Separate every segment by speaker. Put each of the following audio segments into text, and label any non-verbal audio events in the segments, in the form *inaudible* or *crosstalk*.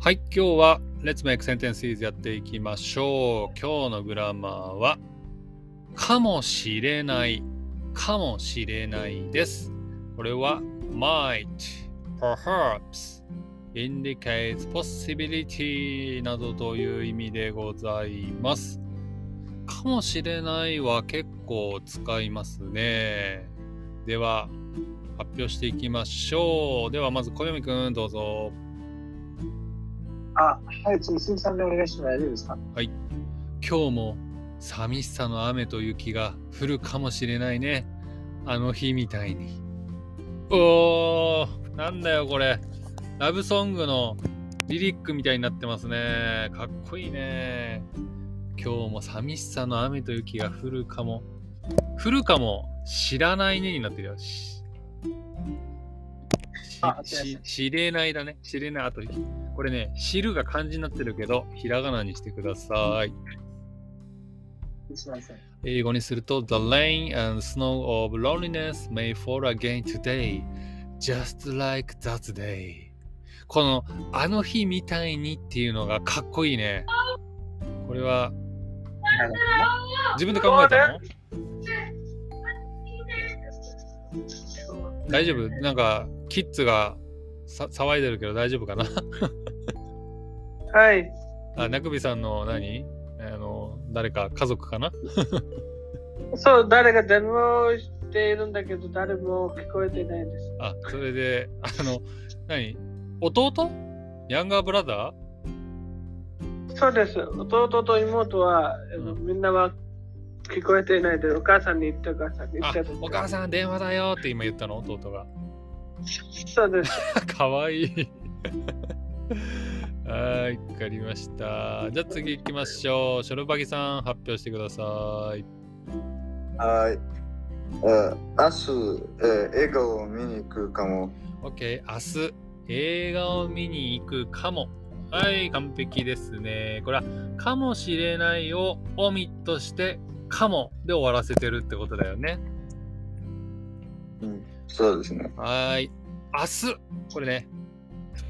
Speaker 1: はい、今日は Let's Make Sentences やっていきましょう。今日のグラマーは、かもしれない、かもしれないです。これは、might, perhaps, indicates possibility などという意味でございます。かもしれないは結構使いますね。では、発表していきましょう。では、まず小読くん、どうぞ。
Speaker 2: あ、はい、次、鈴木さんでお願いしても大丈夫ですか
Speaker 1: 今日も寂しさの雨と雪が降るかもしれないねあの日みたいにおーなんだよこれラブソングのリリックみたいになってますねかっこいいね今日も寂しさの雨と雪が降るかも降るかも知らないねになってるよし
Speaker 2: あ
Speaker 1: しし知れないだね知れないあとこれね知るが漢字になってるけどひらがなにしてください
Speaker 2: すみません。
Speaker 1: 英語にすると The rain and snow of loneliness may fall again today just like that day このあの日みたいにっていうのがかっこいいねこれは自分で考えたの大丈夫なんかキッズがさ騒いでるけど大丈夫かな
Speaker 2: はい。
Speaker 1: あなくびさんの何あの誰か家族かな
Speaker 2: そう、誰が電話をしているんだけど、誰も聞こえてないです。
Speaker 1: あそれであの何弟ヤンガーブラザー
Speaker 2: そうです。弟と妹は、えっと
Speaker 1: う
Speaker 2: みんなは聞こえていないです。お母さんに言ってお母さんに言
Speaker 1: あ
Speaker 2: ってた
Speaker 1: お母
Speaker 2: ん。
Speaker 1: さん電話だよって今言ったの弟が
Speaker 2: そうです。
Speaker 1: かわいいはーいわかりましたじゃあ次行きましょうショルバギさん発表してください
Speaker 3: はい。えー明日、えー映画を見に行くかも。
Speaker 1: OK 明日映画を見に行くかもはい完璧ですねこれはかもしれないをオミットしてかもで終わらせてるってことだよね
Speaker 3: うん、そうですね。
Speaker 1: はい。明日、これね、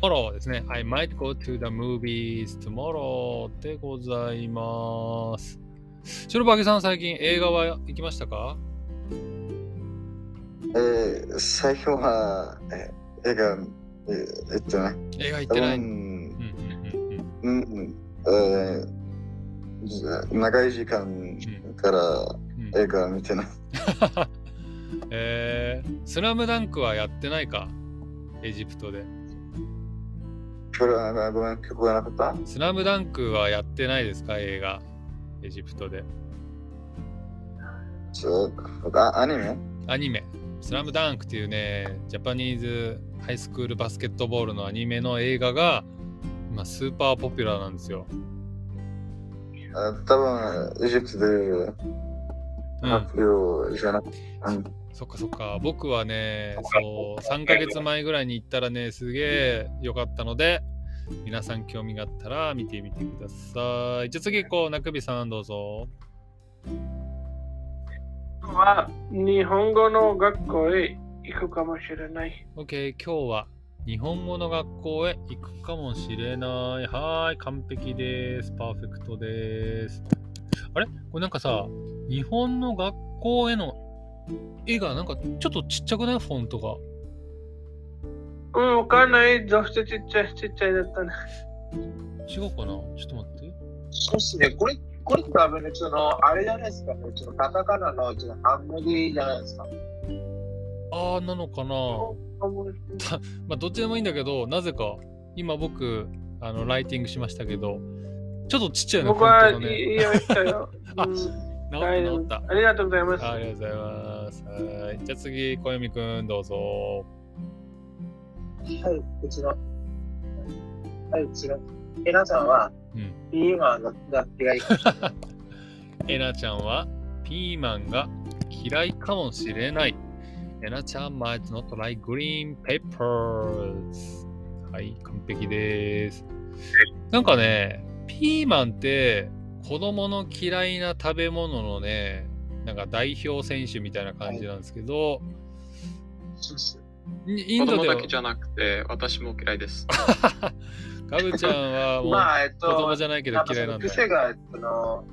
Speaker 1: tomorrow ですね。I might go to the movies tomorrow でございます。白馬さん、最近映画は行きましたか
Speaker 3: えー最初は、えー映画、えーえっとね、
Speaker 1: 映画行っ
Speaker 3: 多
Speaker 1: てない。うん
Speaker 3: 分、
Speaker 1: うんうんうん
Speaker 3: うん、うんえーじゃ長い時間から
Speaker 1: うん
Speaker 3: 映画見てない。
Speaker 1: えー、スラムダンクはやってないかエジプトで。
Speaker 3: これはごめん、聞こえなかった
Speaker 1: スラムダンクはやってないですか映画。エジプトで。
Speaker 3: そうあアニメ
Speaker 1: アニメ「スラムダンクっていうねジャパニーズハイスクールバスケットボールのアニメの映画が今スーパーポピュラーなんですよ。
Speaker 3: あ多分、エジプトで
Speaker 1: うん、
Speaker 3: 発表じゃなくて、うん
Speaker 1: そっかそっか僕はねそう3ヶ月前ぐらいに行ったらねすげえ良かったので皆さん興味があったら見てみてください。じゃあ次行こう中日さんどうぞ。
Speaker 2: 今日は日本語の学校へ行くかもしれない。
Speaker 1: OK 今日は日本語の学校へ行くかもしれない。はーい、完璧です。パーフェクトです。あれこれなんかさ、日本の学校への絵がなんかちょっとちっちゃくないフォントが。
Speaker 2: うん、わかんない。どうしてちっちゃい、ちっちゃいだったね。
Speaker 1: 違うかなちょっと待って。
Speaker 4: そうですね、これ、これ多分ね、その、あれじゃないですか、そのカタカナの、その、ハンモリじゃないですか。
Speaker 1: あー、なのかな
Speaker 2: あもう
Speaker 1: まあ、どっちでもいいんだけど、なぜか、今僕、あの、ライティングしましたけど、ちょっとちっちゃいね、
Speaker 2: 僕は、
Speaker 1: フォントがね。
Speaker 2: いいよ、言った
Speaker 1: *laughs*
Speaker 2: よ。
Speaker 1: あ
Speaker 2: うん
Speaker 1: 治
Speaker 2: 大丈
Speaker 1: った、治っ
Speaker 2: 夫ありがとうございます。
Speaker 1: た。ありがとうございます。はい。じゃあ次、小泉くん、どうぞ。
Speaker 4: はい、こちら。はい、こちら。えなさんは、
Speaker 1: うん
Speaker 4: ピーマンの楽器がいい。
Speaker 1: えなちゃんはピーマンが嫌いかもしれない。えなちゃん might not like green peppers。はい、完璧です。なんかね、ピーマンって子供の嫌いな食べ物のね、なんか代表選手みたいな感じなんですけど、
Speaker 4: そうっす
Speaker 1: イン
Speaker 5: 子
Speaker 1: ド
Speaker 5: 供
Speaker 1: では
Speaker 5: だけじゃなくて、私も嫌いです。
Speaker 1: ガブちゃんはも
Speaker 4: ま
Speaker 1: う
Speaker 4: あ、えっ
Speaker 1: 子供
Speaker 4: と、
Speaker 1: じゃないけど
Speaker 4: なんか
Speaker 1: 嫌い
Speaker 4: そ
Speaker 1: な
Speaker 4: の
Speaker 1: んだ。
Speaker 4: 癖が、その、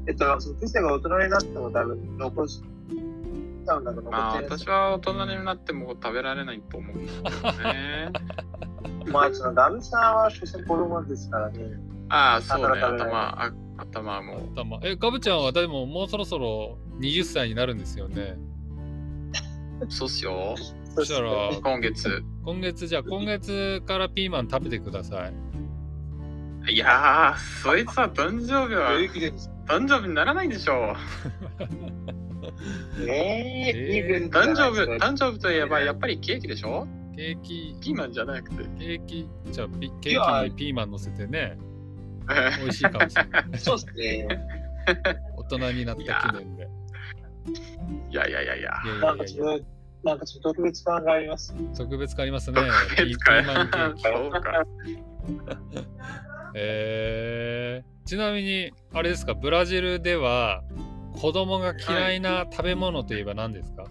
Speaker 4: *laughs* えっと、その癖が大人になっても多分残しちゃうんだけど、
Speaker 5: まあ、
Speaker 4: 残っ
Speaker 5: 私
Speaker 4: ちゃ
Speaker 5: は大人になっても食べられないと思うんですよね。
Speaker 4: うまあ、その、ダルさんは所詮子供ですからね。
Speaker 5: ああ、そうね、
Speaker 4: 頭食
Speaker 5: 頭
Speaker 4: べない、
Speaker 5: あ頭も。
Speaker 1: 頭え、ガブちゃんはでももうそろそろ20歳になるんですよね。
Speaker 5: そうっすよ。
Speaker 1: そしたら、
Speaker 5: 今月。
Speaker 1: 今月じゃあ今月からピーマン食べてください。
Speaker 5: いやー、そいつは誕生日は、
Speaker 4: えー
Speaker 5: 誕生日にならないでしょう。
Speaker 4: えー、いいですね
Speaker 5: 誕生日、誕生日といえば、やっぱりケーキでしょ
Speaker 1: ケーキ、
Speaker 5: ピーマンじゃなくて。
Speaker 1: ケーキ、じゃあピケーキにピーマン乗せて
Speaker 4: *laughs*
Speaker 1: ね、美味しいかもしれない。
Speaker 4: そうっすね。
Speaker 1: 大人になった記念で。い
Speaker 5: いやいやいやい
Speaker 1: や
Speaker 5: や。
Speaker 1: い
Speaker 4: な
Speaker 1: や
Speaker 4: ん
Speaker 1: い
Speaker 4: か
Speaker 1: や
Speaker 4: ち
Speaker 1: い
Speaker 4: ょっと、なんかちょっと特別感があります。
Speaker 1: や、特別感ありますね。ピ
Speaker 5: 別
Speaker 1: ー
Speaker 5: か
Speaker 1: マンケーキ。
Speaker 4: *laughs*
Speaker 5: そうか。
Speaker 1: えー、ちなみに、あれですか、ブラジルでは子供が嫌いな食べ物といえば何ですか、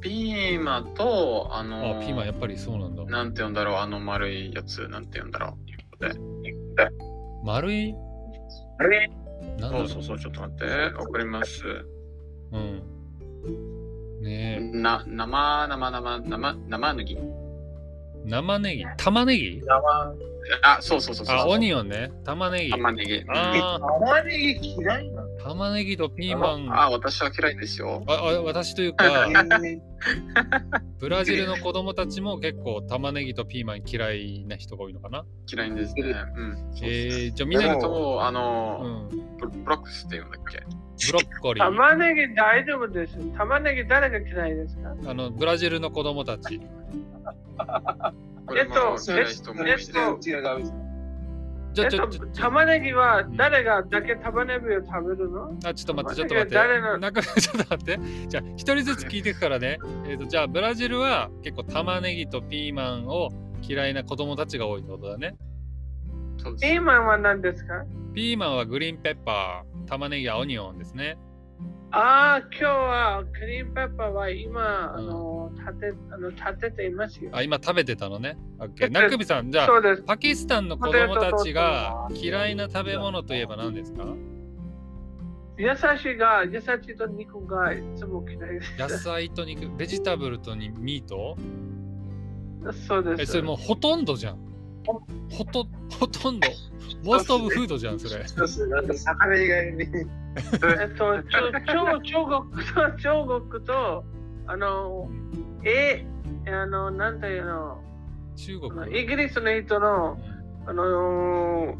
Speaker 5: ピーマンと、あの
Speaker 1: あ、ピーマンやっぱりそうなんだ。
Speaker 5: なんて言うんだろう、あの丸いやつ、なんて言うんだろう。
Speaker 1: 丸いなんだ
Speaker 5: そ
Speaker 1: ろう
Speaker 5: うそうそう、ちょっと待って、送ります。
Speaker 1: うん。ね
Speaker 5: な、生、生、生、生、生脱ぎ。
Speaker 1: え、生ネギ、玉ねぎ
Speaker 4: 生、
Speaker 5: あ、そうそうそうそう。
Speaker 1: あ、オニオンね。玉ねぎ。
Speaker 5: 玉ねぎ。
Speaker 1: あ
Speaker 4: 玉ねぎ嫌いなの
Speaker 1: ー玉ねぎとピーマン。あ
Speaker 5: あ、私は嫌いですよ。
Speaker 1: あ私というか、
Speaker 4: えー
Speaker 1: ブラジルの子供たちも結構玉ねぎとピーマン嫌いな人が多いのかな。
Speaker 5: 嫌いんですね。うん。そうですね
Speaker 1: えー、じゃあみんな
Speaker 3: で
Speaker 1: と、
Speaker 5: と、あ
Speaker 1: う
Speaker 5: の、
Speaker 1: ん、
Speaker 5: ブブロックスって言うんだっけ
Speaker 1: ブロッコリー。
Speaker 2: 玉ねぎ大丈夫です。玉ねぎ誰が嫌いですか
Speaker 1: あのブラジルの子供たち。
Speaker 5: これも
Speaker 2: えっと
Speaker 5: 嫌い人も多いです
Speaker 2: えっと
Speaker 4: 違うダメです
Speaker 1: じゃあ
Speaker 2: えっ
Speaker 1: ち
Speaker 2: と
Speaker 1: ょちょ、ちょ
Speaker 2: 玉ねぎは誰がだけ玉ねぎを食べるの
Speaker 1: あちょっと待って、ちょっと待って。
Speaker 2: 誰の
Speaker 1: 中 *laughs* 村ちょっと待って。じゃあ、一人ずつ聞いていくからね。えっ、と、じゃあ、ブラジルは結構玉ねぎとピーマンを嫌いな子供たちが多いってことだね。
Speaker 5: そう
Speaker 2: ピ
Speaker 5: です
Speaker 2: ーマンは何ですか
Speaker 1: ピーマンはグリーンペッパー、玉ねぎはオニオンですね。
Speaker 2: ああ、今日はクリームペッパーは今、
Speaker 1: うん
Speaker 2: あの、立て、あの、立てていますよ。
Speaker 1: あ、今食べてたのね。オッケー。
Speaker 2: え
Speaker 1: 中首さん、じゃあ、
Speaker 2: そうです。
Speaker 1: パキスタンの子供たちが嫌いな食べ物といえば何ですか
Speaker 2: 優しいが、優しいと肉がいつも嫌い
Speaker 1: 野菜と肉、ベジタブルとにミート
Speaker 2: です。そうで
Speaker 1: え、
Speaker 2: す。
Speaker 1: それもうほとんどじゃん。ほと、ほとんど。モーストオブフードじゃん、それ。
Speaker 4: そうっすね。なんか魚以外に。
Speaker 2: えっと、ちょ中中国と、中国と、あの、え、あの、なんていうの、
Speaker 1: 中
Speaker 2: あの
Speaker 1: 国。
Speaker 2: イギリスの人の、あの、ロ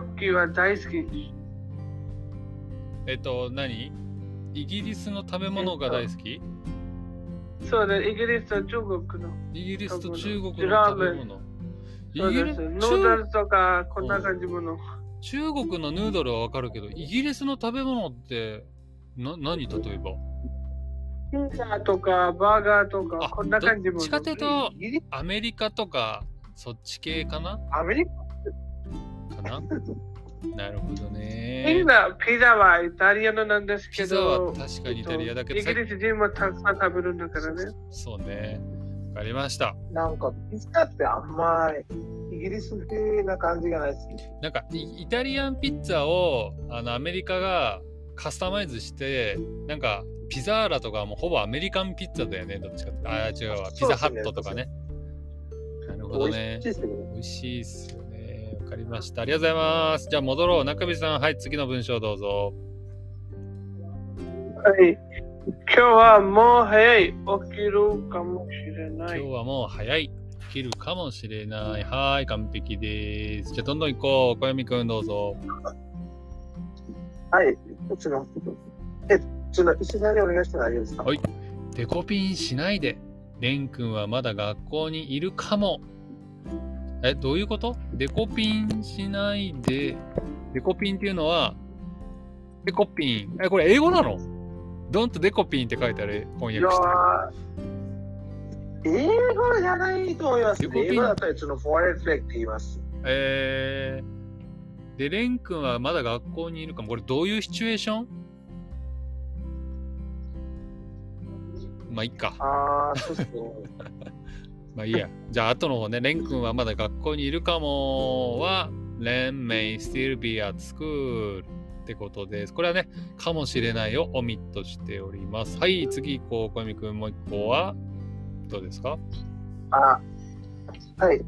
Speaker 2: ッキーは大好き。
Speaker 1: えっと、何イギリスの食べ物が大好き
Speaker 2: そうです。イギリスと中国の。
Speaker 1: イギリスと中国の
Speaker 2: ラー
Speaker 1: 食べ
Speaker 2: メン
Speaker 1: 物。イ
Speaker 2: そう
Speaker 1: ギ
Speaker 2: で
Speaker 1: リ
Speaker 2: す。
Speaker 1: ス
Speaker 2: ヌード
Speaker 1: 中
Speaker 2: ルとか、こんな感じもの。
Speaker 1: 中国のヌードルはわかるけど、イギリスの食べ物ってな何例えば
Speaker 2: ピザとか、バーガーと
Speaker 1: あ
Speaker 2: か、こんな感じ
Speaker 1: どっ
Speaker 2: もの。
Speaker 1: ちかというと
Speaker 4: イギリ
Speaker 1: アメリカとかそっち系かな
Speaker 4: スアメリ
Speaker 1: か
Speaker 2: *laughs*
Speaker 4: カ
Speaker 1: ななるほど
Speaker 2: ピ
Speaker 1: ね。
Speaker 2: ザ、ピザはイタリアのなんですけ
Speaker 1: ピザは
Speaker 2: ど、
Speaker 1: 確かにイタリアだけ
Speaker 2: イ
Speaker 1: ど、さ
Speaker 2: ギ
Speaker 1: っき
Speaker 2: リス人もたくさん食べるんだからね。
Speaker 1: そうね。わかりました。
Speaker 4: なんかピザってあんまイギリス風な感じがないですね。
Speaker 1: なんかイイタリアンピッツァをあのアメリカがカスタマイズしてなんかピザーラとかはもうほぼアメリカンピッツァだよねどっちかってああ違うわピザハットとかねなるほどね
Speaker 4: 美味しいですけどね。
Speaker 1: 美味しいっすよねわかりましたありがとうございますじゃあ戻ろう中水さんはい次の文章どうぞ
Speaker 2: はい。今日はもう早い起きるかもしれな
Speaker 1: 今
Speaker 2: い
Speaker 1: 日。はもう早い切るかもしれないはい完璧ですじゃあどんどん行こう小みくんどうぞ
Speaker 4: はい。ちょっと、え、ちょっと、石田でお願いして大丈夫ですか
Speaker 1: はいデコピンしないで。レン君はまだ学校にいるかも。え、どういうことデコピンしないで。デコピンっていうのは、デコピン。え、これ英語なのドンとデコピンって書いてある翻
Speaker 4: いや
Speaker 1: 訳して。
Speaker 4: ー英語じゃないと思います、ね。
Speaker 1: 横ピン
Speaker 4: 英語だったら、そのフォアレフレって言います。
Speaker 1: えー、で、レン君はまだ学校にいるかも。これどういうシチュエーションまあいいか。
Speaker 4: ああ、そうそう。
Speaker 1: まあいいや。じゃあ、後の方ね、レン君はまだ学校にいるかもは、レン may still be at school ってことです。これはね、かもしれないをオミットしております。はい、次行こう。小泉君、もう一個は、どうですか
Speaker 4: あはい。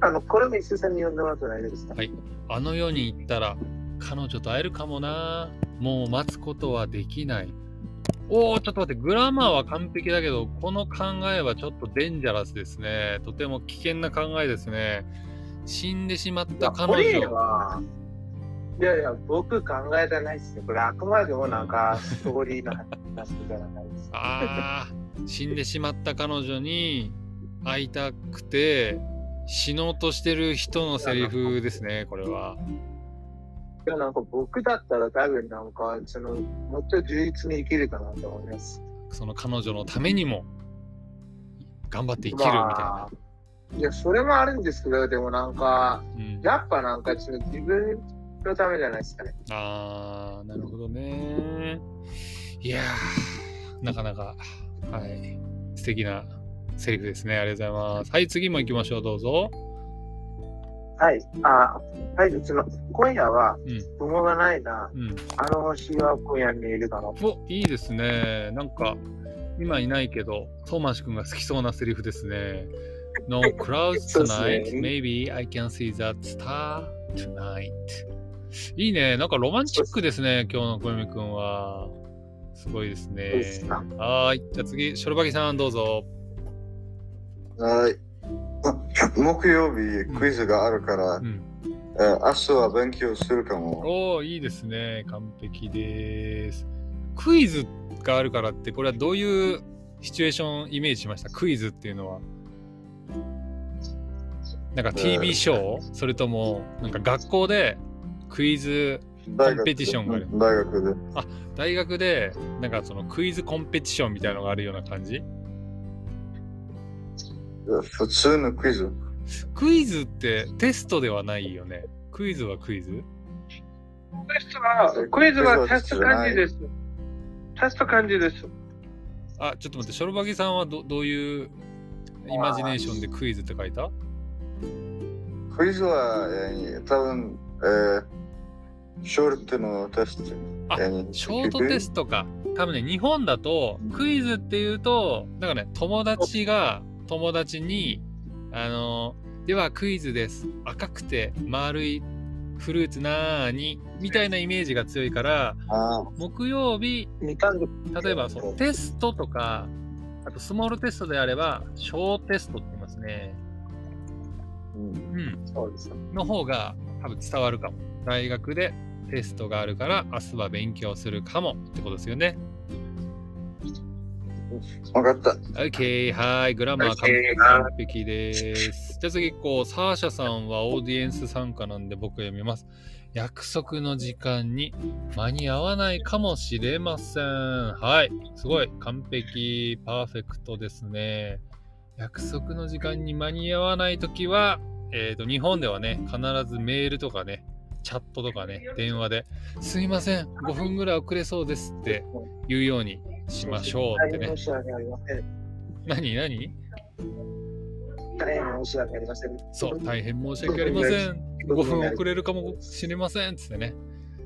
Speaker 4: あの、これも石井さんに呼んでもらって大丈夫ですか
Speaker 1: はいあの世に行ったら、彼女と会えるかもな。もう待つことはできない。おお、ちょっと待って、グラマーは完璧だけど、この考えはちょっとデンジャラスですね。とても危険な考えですね。死んでしまった彼
Speaker 4: これ
Speaker 1: 女。
Speaker 4: はいやいや、僕考えてないっすよ。これあくまでもなんか、ストーリーの話じゃないです。
Speaker 1: ああ、死んでしまった彼女に会いたくて死のうとしてる人のセリフですね、これは。
Speaker 4: でもなんか僕だったら多分なんか、その、もっと充実に生きるかなと思います。
Speaker 1: その彼女のためにも頑張って生きるみたいな
Speaker 4: ま。あいや、それもあるんですけど、でもなんか、
Speaker 1: うん、
Speaker 4: やっぱなんか、その自分のためじゃないですかね。
Speaker 1: ああ、なるほどね。いやー、なかなか、はい、素敵なセリフですね。ありがとうございます。はい、次も行きましょう、どうぞ。
Speaker 4: はい。あはい、その、今夜は、雲がないな。
Speaker 1: うん。
Speaker 4: あの星は今夜にいるかな。
Speaker 1: おいいですね。なんか、今いないけど、トーマシ君が好きそうなセリフですね。No clouds
Speaker 4: *laughs* そうで
Speaker 1: tonight,
Speaker 4: すね
Speaker 1: maybe I can see that star tonight. いいね。なんかロマンチックですね、今日の小泉君は。すごいです
Speaker 4: どうです
Speaker 1: ね。
Speaker 4: か
Speaker 1: はーい。じゃあ次、ショルバギさん、どうぞ。
Speaker 3: はい。木曜日クイズがあるから、
Speaker 1: うん、
Speaker 3: えー明日は勉強するかも。
Speaker 1: おー、いいですね。完璧です。クイズがあるからって、これはどういうシチュエーションイメージしましたクイズっていうのは。なんか TV ショーそれとも、なんか学校でクイズ、
Speaker 3: 大
Speaker 1: コン
Speaker 3: 学
Speaker 1: ペティションがある
Speaker 3: 大学で。
Speaker 1: 大学で、なんかそのクイズコンペティションみたいなのがあるような感じ
Speaker 3: 普通のクイズ。
Speaker 1: クイズってテストではないよね。クイズはクイズ
Speaker 2: クイズは、クイズはテスト感じです。テスト感じです。
Speaker 1: あ、ちょっと待って、ショルバギさんはどどういうイマジネーションでクイズって書いた
Speaker 3: クイズは、えー多分、えーショートのテスト。
Speaker 1: あ
Speaker 3: えー
Speaker 1: ショートテストか。多分ね、日本だとクイズっていうと、なんかね、友達が友達に、あの、ではクイズです。赤くて丸いフルーツなーに、みたいなイメージが強いから、
Speaker 3: あー
Speaker 1: 木曜日、
Speaker 4: みかんの
Speaker 1: 例えばそうテストとか、あとスモールテストであれば、小テストって言いますね。
Speaker 3: うん
Speaker 1: うん。
Speaker 4: そうですよ。
Speaker 1: の方が多分伝わるかも。大学でテストがあるから、明日は勉強するかもってことですよね。
Speaker 3: わかった。
Speaker 1: OK、はい、グラマー完
Speaker 4: OK
Speaker 1: 完璧です。じゃあ次、こう、サーシャさんはオーディエンス参加なんで僕読みます。約束の時間に間に合わないかもしれません。はい、すごい、完璧、パーフェクトですね。約束の時間に間に合わないときは、えっ、と、日本ではね、必ずメールとかね、チャットとかね、電話で、すいません、5分ぐらい遅れそうですって言うようにしましょうっ
Speaker 4: 大
Speaker 1: てね
Speaker 4: 変。申し訳ありません。
Speaker 1: 何何
Speaker 4: 大変申し訳ありません。
Speaker 1: そう、大変申し訳ありません。5分遅れるかもしれませんっつってね。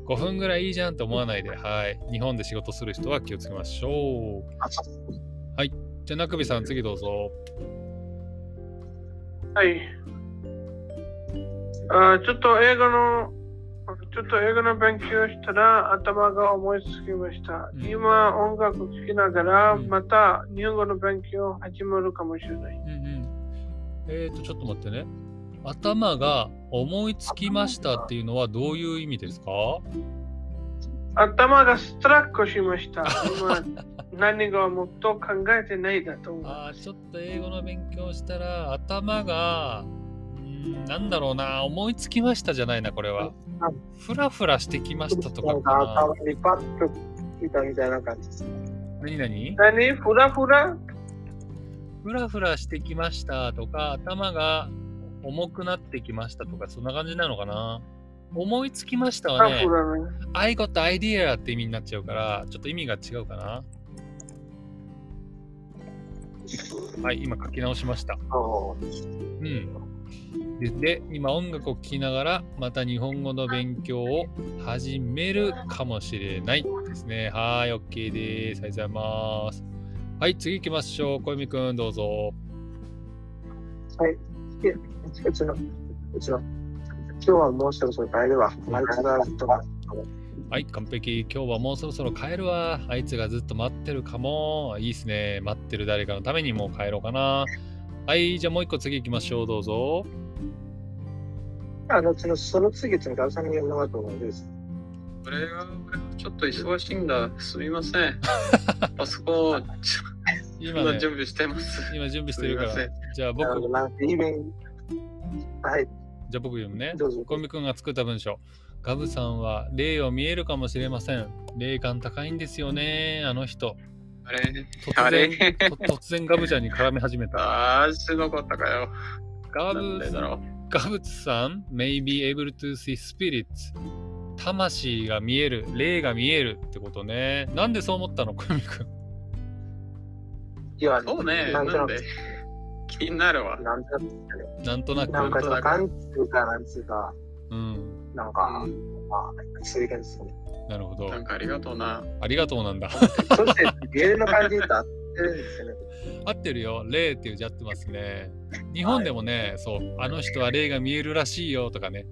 Speaker 1: 5分ぐらいいいじゃんって思わないで、はい。日本で仕事する人は気をつけましょう。はい。じゃあ、なくびさん、次どうぞ。
Speaker 2: はい。あちょっと映画の、ちょっと映画の勉強したら頭が思いつきました。
Speaker 1: うん
Speaker 2: 今音楽聴きながら
Speaker 1: うん
Speaker 2: また日本語の勉強始まるかもしれない。
Speaker 1: うんうん。えっ、ー、と、ちょっと待ってね。頭が思いつきましたっていうのはどういう意味ですか
Speaker 2: 頭がストラックしました。
Speaker 1: *laughs*
Speaker 2: 今何がもっと考えてないだと思う。
Speaker 1: あーちょっと英語の勉強したら、頭が、うーんなんだろうな、思いつきましたじゃないな、これは。ふらふらしてきましたと
Speaker 4: な
Speaker 1: か
Speaker 4: ん
Speaker 1: か
Speaker 4: か
Speaker 1: な
Speaker 4: 頭。にパッと来たみたいな感じです。
Speaker 1: 何何
Speaker 2: 何フラフラ
Speaker 1: ふらふらしてきましたとか、頭が重くなってきましたとか、そんな感じなのかな。思いつきました
Speaker 2: フ
Speaker 1: は
Speaker 2: ラ
Speaker 1: ね
Speaker 2: フ、ラね。
Speaker 1: I got idea って意味になっちゃうから、ちょっと意味が違うかな。はい、今書き直しました。
Speaker 4: そう
Speaker 1: うん。で、今音楽を聴きながら、また日本語の勉強を始めるかもしれないですね。はーい、OK です。ありがとうございます。はい、次行きましょう。小泉くん、どうぞ。
Speaker 4: うちの、うちの、今日はもうそろそろ帰るわ。あいつがずっと待って
Speaker 1: はい、完璧。今日はもうそろそろ帰るわ。あいつがずっと待ってるかも。いいっすね。待ってる誰かのためにもう帰ろうかな。はい、じゃあもう一個次行きましょう。どうぞ。
Speaker 4: あの、そのその次、そのガサミの後のです。
Speaker 5: 俺は俺はちょっと忙しいんだ。すみませ
Speaker 1: *laughs*
Speaker 5: ん。パソコンをちょ
Speaker 1: 今、
Speaker 5: 今
Speaker 1: ね、
Speaker 5: 準備してます。
Speaker 1: 今準備し
Speaker 5: す
Speaker 1: て
Speaker 5: み
Speaker 1: るか
Speaker 5: ませ
Speaker 1: ら
Speaker 5: ん。。
Speaker 1: じゃあ僕、
Speaker 4: あの、なんてイベント。はい、
Speaker 1: じゃあ僕読むね。
Speaker 4: どうぞ。
Speaker 1: 小見くんが作った文章。ガブさんは霊を見えるかもしれません。霊感高いんですよね、あの人。
Speaker 5: あれ
Speaker 1: 突
Speaker 5: あ
Speaker 1: 然、
Speaker 5: れ
Speaker 1: と突然ガブちゃんに絡み始めた。
Speaker 5: あーしなかったかよ。
Speaker 1: ガ
Speaker 5: なん
Speaker 1: ブ
Speaker 5: でだろう。
Speaker 1: ガブさん may be able to see spirits。魂が見える、霊が見えるってことね。なんでそう思ったの、小見くん。
Speaker 4: いや、
Speaker 5: そうね。な
Speaker 4: な
Speaker 5: ん
Speaker 4: となんく
Speaker 5: で、気になるわ。
Speaker 4: なんとなく
Speaker 1: なんとなく。
Speaker 4: なんか、その、なんつうか、なんつうか、
Speaker 1: うん。
Speaker 4: なんか、まあ、そういう感じですね。
Speaker 1: なるほど
Speaker 5: な。んかありがとうな。
Speaker 1: ありがとうなんだ。 *laughs*
Speaker 4: そして、芸の感じと合ってるんですよね。
Speaker 1: 合ってるよ、霊っていう字合ってますね。日本でもね、そう、あの人は霊が見えるらしいよとかね、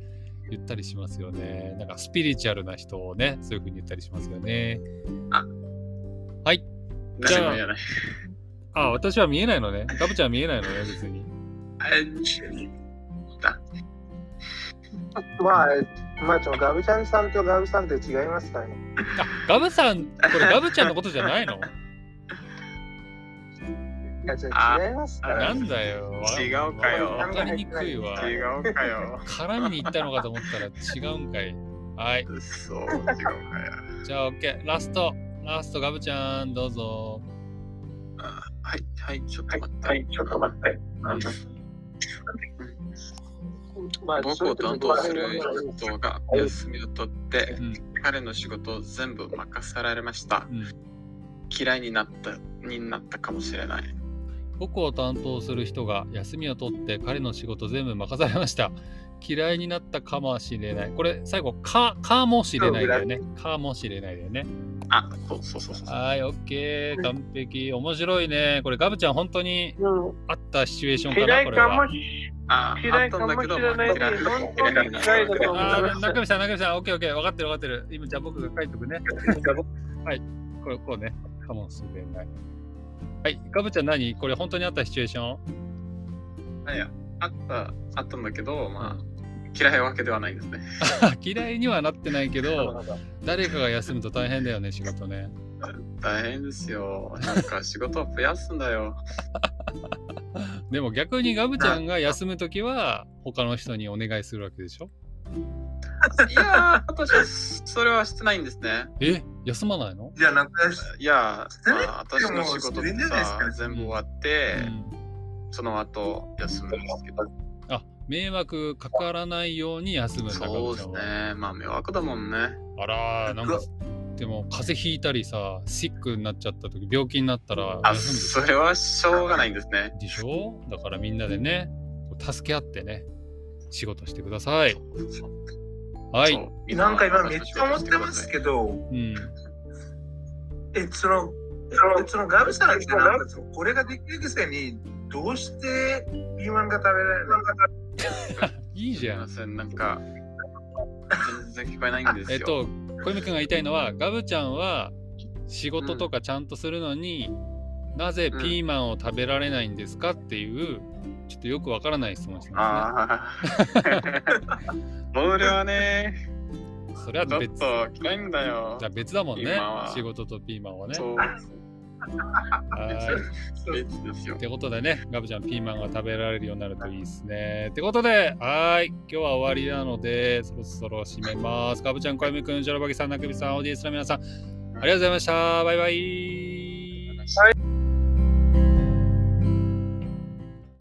Speaker 1: 言ったりしますよね。なんかスピリチュアルな人をね、そういう風に言ったりしますよね。
Speaker 5: あ
Speaker 1: はい。じゃあ
Speaker 5: 誰も言わない。
Speaker 1: あ、私は見えないのね。ガブちゃんは見えないのね、別に。
Speaker 5: あれだ
Speaker 4: まあ、まあ、そのガブちゃんさんとガブさんって違いますからね。
Speaker 1: あ、ガブさん、これガブちゃんのことじゃないの
Speaker 4: いや、じゃあ違いますか
Speaker 1: な
Speaker 4: らね。
Speaker 1: んだよ。わ
Speaker 5: 違うかよ
Speaker 1: わかりにくいわ。
Speaker 5: 違うかよ。
Speaker 1: 絡みに行ったのかと思ったら違うんかい。はい。
Speaker 5: そう、違うかよ。
Speaker 1: じゃあ、OK。ラスト。ラスト、ガブちゃん、どうぞ。
Speaker 5: はい、はい、ちょっと待って。
Speaker 4: はい、ちょっと待って。まあ
Speaker 5: 僕を担当する人が休みを取って、
Speaker 1: うん。
Speaker 5: 彼の仕事を全部任せられました。
Speaker 1: うん
Speaker 5: 嫌いになった、になったかもしれない。
Speaker 1: 僕を担当する人が休みを取って彼の仕事全部任されました。嫌いになったかもしれない。これ最後、か、かもしれないだよね。かもしれないだよね。
Speaker 5: あ、そうそうそうそう。
Speaker 1: はい、オッケー。完璧。面白いね。これガブちゃん本当に
Speaker 2: うん
Speaker 1: あったシチュエーションか
Speaker 2: 嫌
Speaker 1: な、
Speaker 2: い
Speaker 1: これ
Speaker 2: かも
Speaker 1: は。
Speaker 2: し
Speaker 5: あ、
Speaker 2: 嫌いかもしれない
Speaker 5: あったんだけど
Speaker 2: 本当に嫌いだと思う
Speaker 1: あー、中身さん、中身さん、オッケーオッケー。分かってる分かってる。今、じゃあ僕が書いとく
Speaker 5: *laughs*
Speaker 1: ね。はい、これ、こうね。かもしれない。はい、ガブちゃん何これ本当にあったシチュエーション *laughs*
Speaker 5: あいやあった、あったんだけど、まあ、嫌いわけではないですね。
Speaker 1: あ嫌いにはなってない
Speaker 5: *laughs*
Speaker 1: けど、
Speaker 4: そうそう
Speaker 1: 誰かが休むと大変だよね、仕事ね。
Speaker 5: 大変ですよ。なんか仕事を増やすんだよ。
Speaker 1: でも逆にガブちゃんが休むときは他の人にお願いするわけでしょ
Speaker 5: いやー、私はそれはしてないんですね。
Speaker 1: え休まないの、
Speaker 6: じゃあ、なんか、し
Speaker 5: いやー、まあ、
Speaker 6: して
Speaker 5: 私
Speaker 6: ないっ
Speaker 5: の
Speaker 6: てもう
Speaker 5: 仕事っ
Speaker 6: して
Speaker 5: て
Speaker 6: ないんじゃないです
Speaker 5: さ
Speaker 6: か、
Speaker 5: 全部終わって、
Speaker 1: うん、
Speaker 5: その後休むんですけど。
Speaker 1: あ迷惑かからないように休むんだガ
Speaker 5: そう
Speaker 1: ブ
Speaker 5: で
Speaker 1: ちゃ
Speaker 5: す
Speaker 1: ん
Speaker 5: ね
Speaker 1: は。。
Speaker 5: まあ、迷惑だもんね。
Speaker 1: あらーなん
Speaker 6: う
Speaker 1: か
Speaker 6: わ
Speaker 1: でも風邪ひいたりさシックになっちゃったとき病気になったら
Speaker 5: あ、
Speaker 1: 休むでし
Speaker 5: それはしょうがないんですね。
Speaker 1: ょでしょだからみんなでね助け合ってね仕事してください。は
Speaker 5: そ
Speaker 1: い。
Speaker 5: う
Speaker 6: なんか今めっちゃ思ってますけど、
Speaker 1: うん、
Speaker 6: え、その、えそのガブさんってなんかそのこれができるくせに、どうしてピーマンが食べられない
Speaker 1: いいじ
Speaker 5: すい
Speaker 1: ゃん
Speaker 5: ま。せん、なんか、全然聞こえないんです
Speaker 1: え
Speaker 5: よ。
Speaker 1: っと、小泉君が言いたいのは、ガブちゃんは仕事とかちゃんとするのに、なぜピーマンを食べられないんですかっていう、ちょっとよくわからない質問してま
Speaker 5: ああ。
Speaker 6: *laughs*
Speaker 5: ボール *laughs* はね、
Speaker 1: すね。それは
Speaker 5: ちょっ
Speaker 1: 別じ
Speaker 5: と嫌いんだよ
Speaker 1: ゃあ。別だもん
Speaker 5: ピ
Speaker 1: ね
Speaker 5: ーマンは、
Speaker 1: 仕事とピーマンは
Speaker 6: *laughs*
Speaker 1: ね。
Speaker 5: そう。
Speaker 1: はい
Speaker 5: 別ですよ
Speaker 1: っ。てことでね、ガブちゃんピーマンが食べられるようになるといいですね。ってことで、はーい、今日は終わりなので、そろそろ締めます。ガブちゃん、小泉くん、ジョロバギさん、ナクビさん、オーディエンスの皆さん、ありがとうございました。バイバイ。